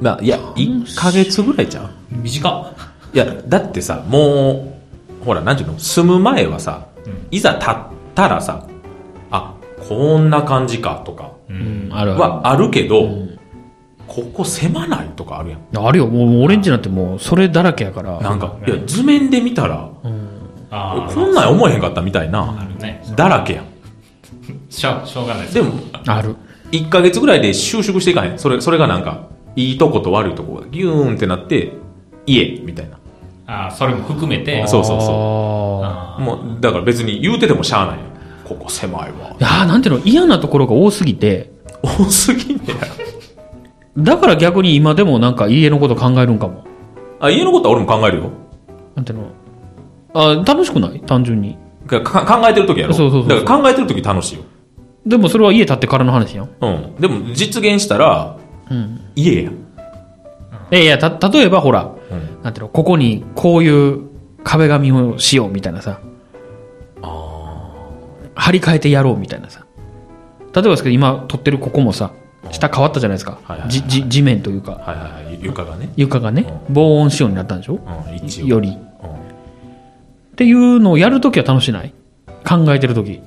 Speaker 2: まあ、いや、1ヶ月ぐらいちゃう
Speaker 1: 短っ。
Speaker 2: いや、だってさ、もう、ほら、なんていうの、住む前はさ、
Speaker 1: うん
Speaker 2: いざ立ったらさ、あ、こんな感じかとか
Speaker 3: うん、あるある。
Speaker 2: はあるけど、
Speaker 3: ん
Speaker 2: ここ狭ないとかあるやん。
Speaker 3: あるよ、もうもう俺んちなんてもうそれだらけやから。
Speaker 2: なんか、
Speaker 1: う
Speaker 2: い
Speaker 1: ん
Speaker 2: や、図面で見たら、
Speaker 3: うん。
Speaker 1: あ
Speaker 2: こんなん思えへんかったみたい
Speaker 1: あ。あ
Speaker 2: な、
Speaker 1: るね。
Speaker 2: だらけやん。
Speaker 1: しょう、しょうがないです。
Speaker 2: でも、
Speaker 3: ある。
Speaker 2: 1ヶ月ぐらいで収縮していかへん。それ、それがなんか、いいとこと悪いとこがギューンってなって、家、みたいな。
Speaker 1: ああ、それも含めて。
Speaker 2: そうそうそう
Speaker 3: そう
Speaker 1: あ
Speaker 2: もう、だから別に言うててもしゃあないやん。ここ狭いわ。
Speaker 3: いやーなんていうの、嫌なところが多すぎて、
Speaker 2: 多すぎんねや。
Speaker 3: だから逆に今でもなんか家のこと考えるんかも。
Speaker 2: あ、家のことは俺も考えるよ。
Speaker 3: なんていうの。あ楽しくない単純に。
Speaker 2: かか考えてる時やろ
Speaker 3: そうそうそうそう
Speaker 2: だから考えてる時楽しいよ。
Speaker 3: でもそれは家建ってからの話やん。
Speaker 2: うん。でも実現したら、
Speaker 3: うん。
Speaker 2: 家やん。
Speaker 3: え、いや、た、例えばほら、
Speaker 2: うん
Speaker 3: なんていうの、ここにこういう壁紙をしようみたいなさ。張り替えてやろうみたいなさ。例えばですけど、今撮ってるここもさ、下変わったじゃないですか
Speaker 2: はいはいは。い
Speaker 3: じ、じ、地面というか、
Speaker 2: はいはいはい。床がね。
Speaker 3: 床がね、防音仕様になったんでしょ
Speaker 2: うん、一応。
Speaker 3: より。
Speaker 2: うん。
Speaker 3: っていうのをやるときは楽しない考えてるとき。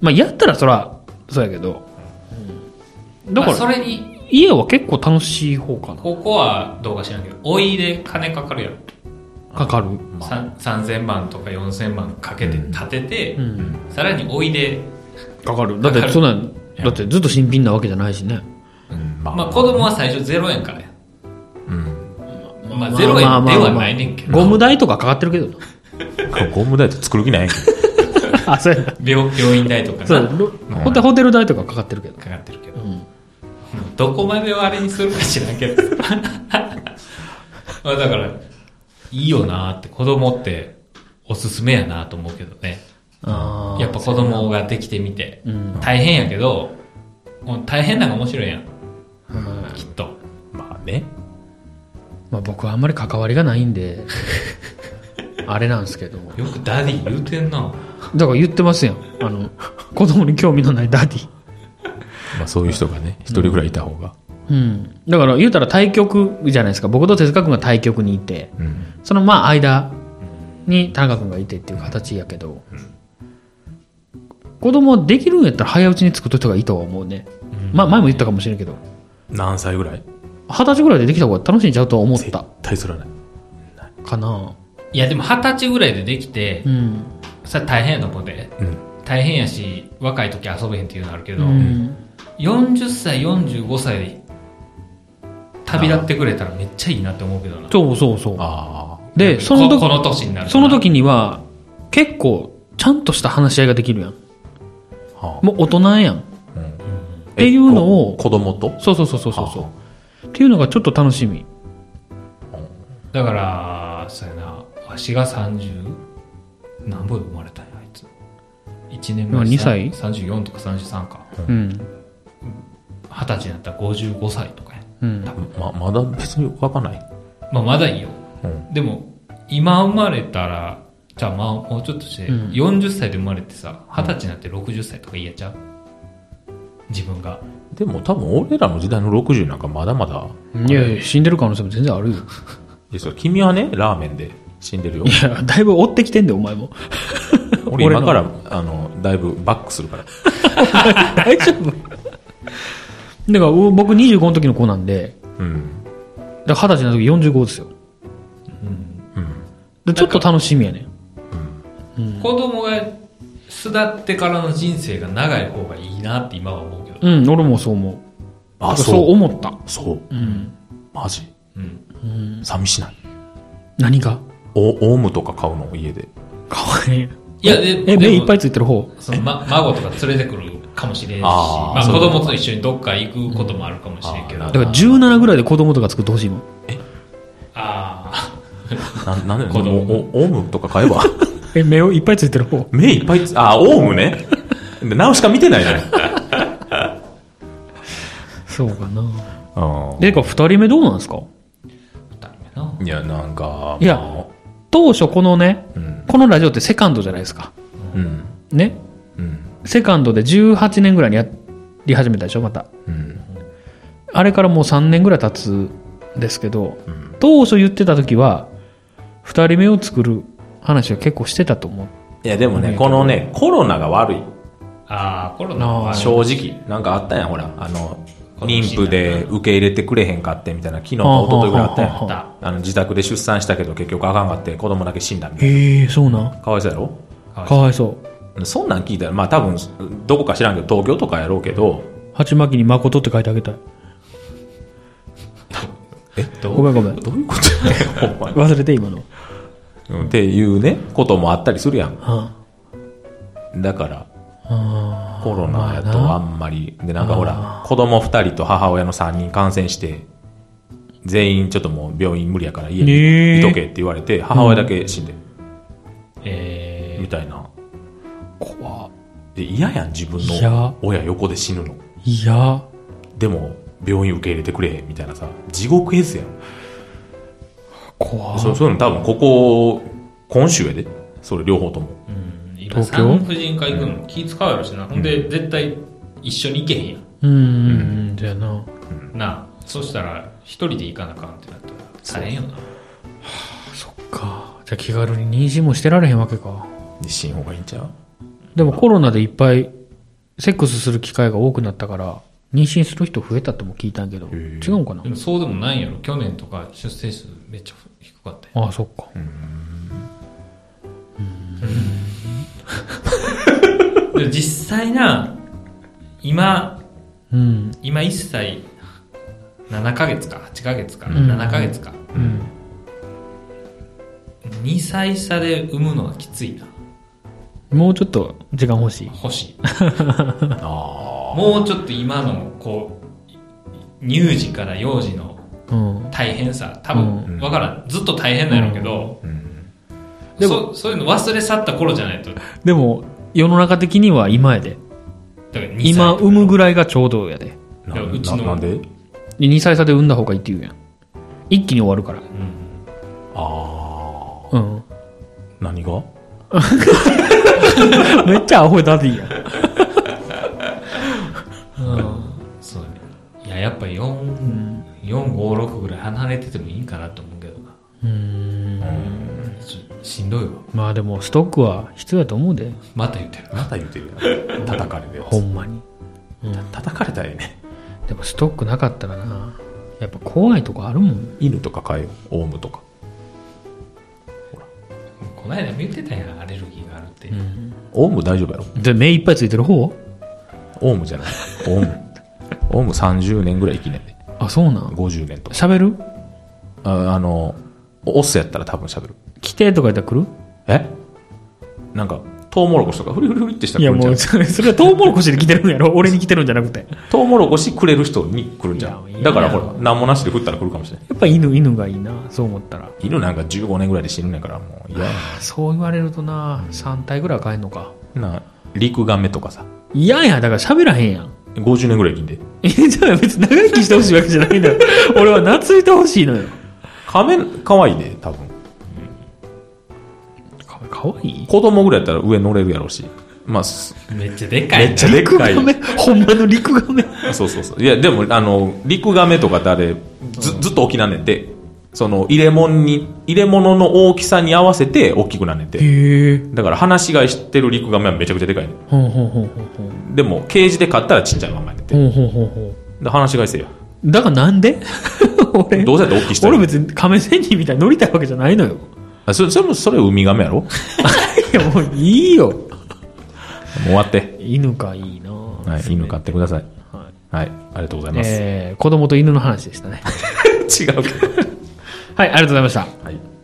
Speaker 3: まあ、やったらそら、そうやけど。うんだ
Speaker 1: だか、
Speaker 3: から
Speaker 1: そ
Speaker 3: ら、
Speaker 1: れに、
Speaker 3: 家は結構楽しい方かな。
Speaker 1: ここはどうか知らんけど、おいで金かかるやろ。
Speaker 3: かかる。
Speaker 1: さん3000万とか4000万かけて建てて、
Speaker 3: うん。
Speaker 1: さらにおいで、
Speaker 3: かかる。だ
Speaker 1: か
Speaker 3: っ
Speaker 1: かる
Speaker 3: て、そんなん、だってずっと新品なわけじゃないしね。
Speaker 2: うん、まあ。
Speaker 1: まあ子供は最初0円からや。
Speaker 2: うん。
Speaker 1: まあ0円ではないねんけど、
Speaker 3: ゴム代とかかかってるけどな。
Speaker 2: ゴムダイト作る気ないやんけど。 *laughs*
Speaker 3: あ、そうやな。
Speaker 1: 病病院代とかな
Speaker 3: そう、ろホテホテル代とかかかってるけど。
Speaker 1: かかってるけど、
Speaker 3: ん
Speaker 1: どこまでをあれにするか知らんけど。 *laughs* まあだから、いいよなーって、子供っておすすめやなと思うけどね。
Speaker 3: あー
Speaker 1: やっぱ子供ができてみて
Speaker 3: ん、
Speaker 1: 大変やけど、もう大変なんか面白いやん、
Speaker 3: うん
Speaker 1: きっと。
Speaker 2: まあね。
Speaker 3: まあ、僕はあんまり関わりがないんであれなんですけど
Speaker 1: よくダディ言うてんな
Speaker 3: だから言ってますやんあの子供に興味のないダディ
Speaker 2: まあ、そういう人がね、一人ぐらいいた方が。
Speaker 3: うんだから言うたら対局じゃないですか僕と手塚君が対局にいて
Speaker 2: うん。
Speaker 3: そのまあ間に田中君がいてっていう形やけど、子供できるんやったら早いうちに作っといた方がいいとは思うね、まあ前も言ったかもしれんけど
Speaker 2: 何歳ぐらい
Speaker 3: 二十歳ぐらいでできた方が楽しいんちゃうとは思っ
Speaker 2: 絶
Speaker 3: た
Speaker 2: 対そらない。
Speaker 3: かない
Speaker 1: やでも二十歳ぐらいでできて
Speaker 3: うん、
Speaker 1: さ大変やと思うで
Speaker 2: うん。
Speaker 1: 大変やし若い時遊べへんっていうのあるけ
Speaker 3: う
Speaker 1: ど、
Speaker 3: ん、
Speaker 1: 40歳45歳で旅立ってくれたらめっちゃいいなって思うけどな
Speaker 3: そうそうそう
Speaker 2: ああ。
Speaker 3: でその
Speaker 1: ここ
Speaker 3: 時
Speaker 1: の年になると
Speaker 3: その時には結構ちゃんとした話し合いができるやん
Speaker 2: は
Speaker 3: もう大人やんっ
Speaker 2: あ。うん。って
Speaker 3: いうのを
Speaker 2: 子供と
Speaker 3: そうそうそうそうそう
Speaker 2: は
Speaker 3: そうっていうのがちょっと楽しみ
Speaker 1: だからそうやなわしが30何ぼで生まれたんやあいつ1年
Speaker 3: まあ
Speaker 1: 前
Speaker 3: 二歳
Speaker 1: さん34とか33か
Speaker 3: うん
Speaker 1: 二十歳になったら55歳とかや
Speaker 3: うん
Speaker 2: ま、まだ別にわかんない。
Speaker 1: まあ、まだいいよ、
Speaker 2: うん
Speaker 1: でも今生まれたらじゃあまあもうちょっとして、
Speaker 3: うん
Speaker 1: 40歳で生まれてさ二十歳になって60歳とか言えちゃう自分が
Speaker 2: でも多分俺らの時代の60なんかまだまだ。
Speaker 3: いやいや死んでる可能性も全然あるよ
Speaker 2: でそれ君はね、ラーメンで死んでるよ
Speaker 3: い。や *laughs* だいぶ追ってきてんでお前も
Speaker 2: 俺今
Speaker 3: の
Speaker 2: から、あの、だいぶバックするから。
Speaker 3: 大丈 *laughs* 夫だからお僕25の時の子なんで
Speaker 2: うん。
Speaker 3: だから二十歳の時45ですよ
Speaker 2: うん。
Speaker 3: でちょっと楽しみやね
Speaker 1: 子供が巣立ってからの人生が長い方がいいなって今は思うけど、
Speaker 3: うん俺もそう思う
Speaker 2: あ、
Speaker 3: そう
Speaker 2: そう。
Speaker 3: 思った
Speaker 2: そう。
Speaker 3: うん
Speaker 2: マジ
Speaker 1: うん、
Speaker 2: 寂しない。
Speaker 3: 何が
Speaker 2: お、オウムとか買うの家で。
Speaker 3: かわいい
Speaker 1: いやで
Speaker 3: え
Speaker 1: で
Speaker 3: 目
Speaker 1: も
Speaker 3: いっぱいついてる方
Speaker 1: その、ま、孫とか連れてくるかもしれんし
Speaker 2: あー
Speaker 1: まあ、
Speaker 2: そう
Speaker 1: 子供と一緒にどっか行くこともあるかもしれんけど、
Speaker 2: うんあ
Speaker 3: だ
Speaker 2: ーなる
Speaker 3: から17ぐらいで子供とか作ってほしいもん
Speaker 1: あ
Speaker 2: ななんで
Speaker 1: 子供
Speaker 2: もうおオウムとか買えば *laughs*
Speaker 3: え目をいっぱいついてる方
Speaker 2: 目いっぱいつあ、オウムね。で、ナウシカ見てないじゃない。
Speaker 3: そうかな *laughs*
Speaker 2: うん
Speaker 3: でか2人目どうなんですか
Speaker 1: あ当たり前ない
Speaker 2: や、なんか、
Speaker 3: いや
Speaker 2: まあ
Speaker 3: 当初このね
Speaker 2: うん、
Speaker 3: このラジオってセカンドじゃないですか
Speaker 2: うん、
Speaker 3: ね
Speaker 2: うん、
Speaker 3: セカンドで18年ぐらいにやり始めたでしょまた
Speaker 2: うん、
Speaker 3: あれからもう3年ぐらい経つんですけど、
Speaker 2: ん
Speaker 3: 当初言ってた時は2人目を作る話は結構してたと思う
Speaker 2: いや、でもね、このね、コロナが悪い。
Speaker 1: あーコロナは
Speaker 2: 正直。なんかあったやん、ほら。あの、妊婦で受け入れてくれへんかってみたいな、昨日か一昨日ぐらいあったや
Speaker 3: はあはあは
Speaker 1: あは
Speaker 2: ん。あの、自宅で出産したけど結局あかんかって子供だけ死んだみたい
Speaker 3: へえそうな
Speaker 2: な。かわいそうやろ
Speaker 3: かわいそう
Speaker 2: そんなん聞いたら、まあ多分、どこか知らんけど、東京とかやろうけど、
Speaker 3: 鉢巻きに誠って書いてあげたい
Speaker 2: え
Speaker 3: ごめんごめん
Speaker 2: どういうことやねん、ほんまに
Speaker 3: 忘れて今の、
Speaker 2: うんっていうね、こともあったりするやん。
Speaker 3: は
Speaker 2: だから、
Speaker 3: あ
Speaker 2: コロナやと
Speaker 3: ま
Speaker 2: あんまり、で、なんかほら、子供2人と母親の3人感染して、全員ちょっともう病院無理やから家
Speaker 3: ねえ
Speaker 2: にいとけって言われて、母親だけ死んで、
Speaker 1: え
Speaker 2: みたいな。
Speaker 3: 怖
Speaker 2: で、嫌やん、自分
Speaker 3: いや
Speaker 2: の親横で死ぬの。
Speaker 3: いや
Speaker 2: でも、病院受け入れてくれへんみたいなさ、地獄絵図やん。
Speaker 3: 怖
Speaker 2: そそういうの多分ここ、今週やで。それ両方とも。
Speaker 1: ーうん、今
Speaker 3: 東京
Speaker 1: 産婦人科行くのも気使うやろしな、ほんで絶対一緒に行けへんや
Speaker 3: うーんじゃあなん
Speaker 1: なあそしたら一人で行かなあかんってなったら大変よな
Speaker 3: そっかじゃあ気軽に妊娠もしてられへんわけか
Speaker 2: にしん方がいいんちゃう
Speaker 3: でもコロナでいっぱいセックスする機会が多くなったから妊娠する人増えたとも聞いたんやけど
Speaker 2: へ
Speaker 3: 違うんかな
Speaker 1: でもそうでもないんやろ去年とか出生数めっちゃ低かったやん
Speaker 3: ああそっか
Speaker 1: でも実際な今
Speaker 3: うん
Speaker 1: 今1歳7ヶ月か8ヶ月か、
Speaker 3: ん
Speaker 1: 7ヶ月か
Speaker 3: うん
Speaker 1: 2歳差で産むのはきついな
Speaker 3: もうちょっと時間欲しい
Speaker 1: 欲しい
Speaker 2: あ
Speaker 1: もうちょっと今のこう乳児から幼児の
Speaker 3: うん
Speaker 1: 大変さ多
Speaker 2: う
Speaker 1: 分
Speaker 2: ん
Speaker 1: わからんずっと大変なんやろうけど、
Speaker 2: あ。うん。
Speaker 3: でも
Speaker 1: そそういうの忘れ去った頃じゃないとだか
Speaker 3: でも世の中的には今やで
Speaker 1: ら2歳
Speaker 3: 今産むぐらいがちょうどやで
Speaker 1: いやうちの
Speaker 2: なんで
Speaker 3: 2歳差で産んだ方がいいって言うやん一気に終わるから。
Speaker 2: あ
Speaker 3: うん。
Speaker 2: あ何が
Speaker 3: *laughs* めっちゃアホダディやん。うん。
Speaker 1: そうねいややっぱ4456ぐらい離れててもいいかなと思うけどなちょしんどいわ
Speaker 3: まあでも、ストックは必要やと思うで。
Speaker 1: また言ってる
Speaker 2: また言うてるやん叩かれて
Speaker 3: ほんまに。
Speaker 2: 叩かれたらええね
Speaker 3: でも、ストックなかったらな。やっぱ怖いとこあるもん。
Speaker 2: 犬とか飼えよオウムとか
Speaker 1: この間も言ってたやんアレルギーがあるって、
Speaker 2: オウム大丈夫やろ
Speaker 3: で、目いっぱいついてる方
Speaker 2: オウムじゃないオウムオウム30年ぐらい生きねんで
Speaker 3: あ、そうなん。
Speaker 2: 50年とか
Speaker 3: 喋る
Speaker 2: ああのオスやったら多分喋る
Speaker 3: 来てとか言ったら来る
Speaker 2: えなんかトウモロコシとかフリフリフリってした
Speaker 3: い
Speaker 2: ら
Speaker 3: や
Speaker 2: 来るんじ
Speaker 3: も
Speaker 2: ゃ
Speaker 3: う、
Speaker 2: う
Speaker 3: それそれはトウモロコシで来てるんや *laughs* ろ俺に来てるんじゃなくて。
Speaker 2: トウモロコシくれる人に来るんじゃ
Speaker 3: いやい
Speaker 2: ん
Speaker 3: や
Speaker 2: だからほら何もなしで振ったら来るかもしれない
Speaker 3: やっぱ犬、犬がいいな。そう思ったら。
Speaker 2: 犬なんか15年ぐらいで死ぬねんからもう嫌や
Speaker 3: そう言われるとな、3体ぐらい買えんのか。
Speaker 2: ななリクガメとかさ
Speaker 3: 嫌やや、だから喋らへんや *laughs* ん。
Speaker 2: 50年ぐらい生きんで
Speaker 3: え、じゃあ別に長生きしてほしいわけじゃないのよ。 *laughs* 俺は懐いてほしいのよ。
Speaker 2: カメ可愛いで多分
Speaker 3: かかわいい
Speaker 2: 子供ぐらいやったら上乗れるやろうしまあす
Speaker 1: めっちゃでかい
Speaker 2: め
Speaker 1: な
Speaker 2: っちゃでっかい
Speaker 3: ガメ *laughs* ほんまの陸ガメ。
Speaker 2: そうそうそういやでもあの陸亀とかってあれずずっと大きなんねんてその入れ物に入れ物の大きさに合わせて大きくなんねんて
Speaker 3: へえ。
Speaker 2: だから話がしてる陸亀はめちゃくちゃでかいね
Speaker 3: ほんほんほんほんほん。
Speaker 2: んでもケージで買ったらちっちゃいまんまやねんて
Speaker 3: ほんほんほんほ
Speaker 2: で話がいせよ
Speaker 3: ん。だからなんで *laughs* 俺、
Speaker 2: どうせやって大きいした
Speaker 3: 俺
Speaker 2: ら
Speaker 3: 別に亀仙人みたいに乗りたいわけじゃないの *laughs* よ。
Speaker 2: あそそれもそれウミガメやろも
Speaker 3: いや、もういいよ。
Speaker 2: う終わって、
Speaker 3: 犬かいいな
Speaker 2: はい、犬飼ってください
Speaker 3: は
Speaker 2: はいありがとうござい
Speaker 3: い。
Speaker 2: ます、
Speaker 3: えー、子供と犬の話でしたね。
Speaker 2: *laughs* 違うけど
Speaker 3: はい、ありがとうございました。
Speaker 2: はい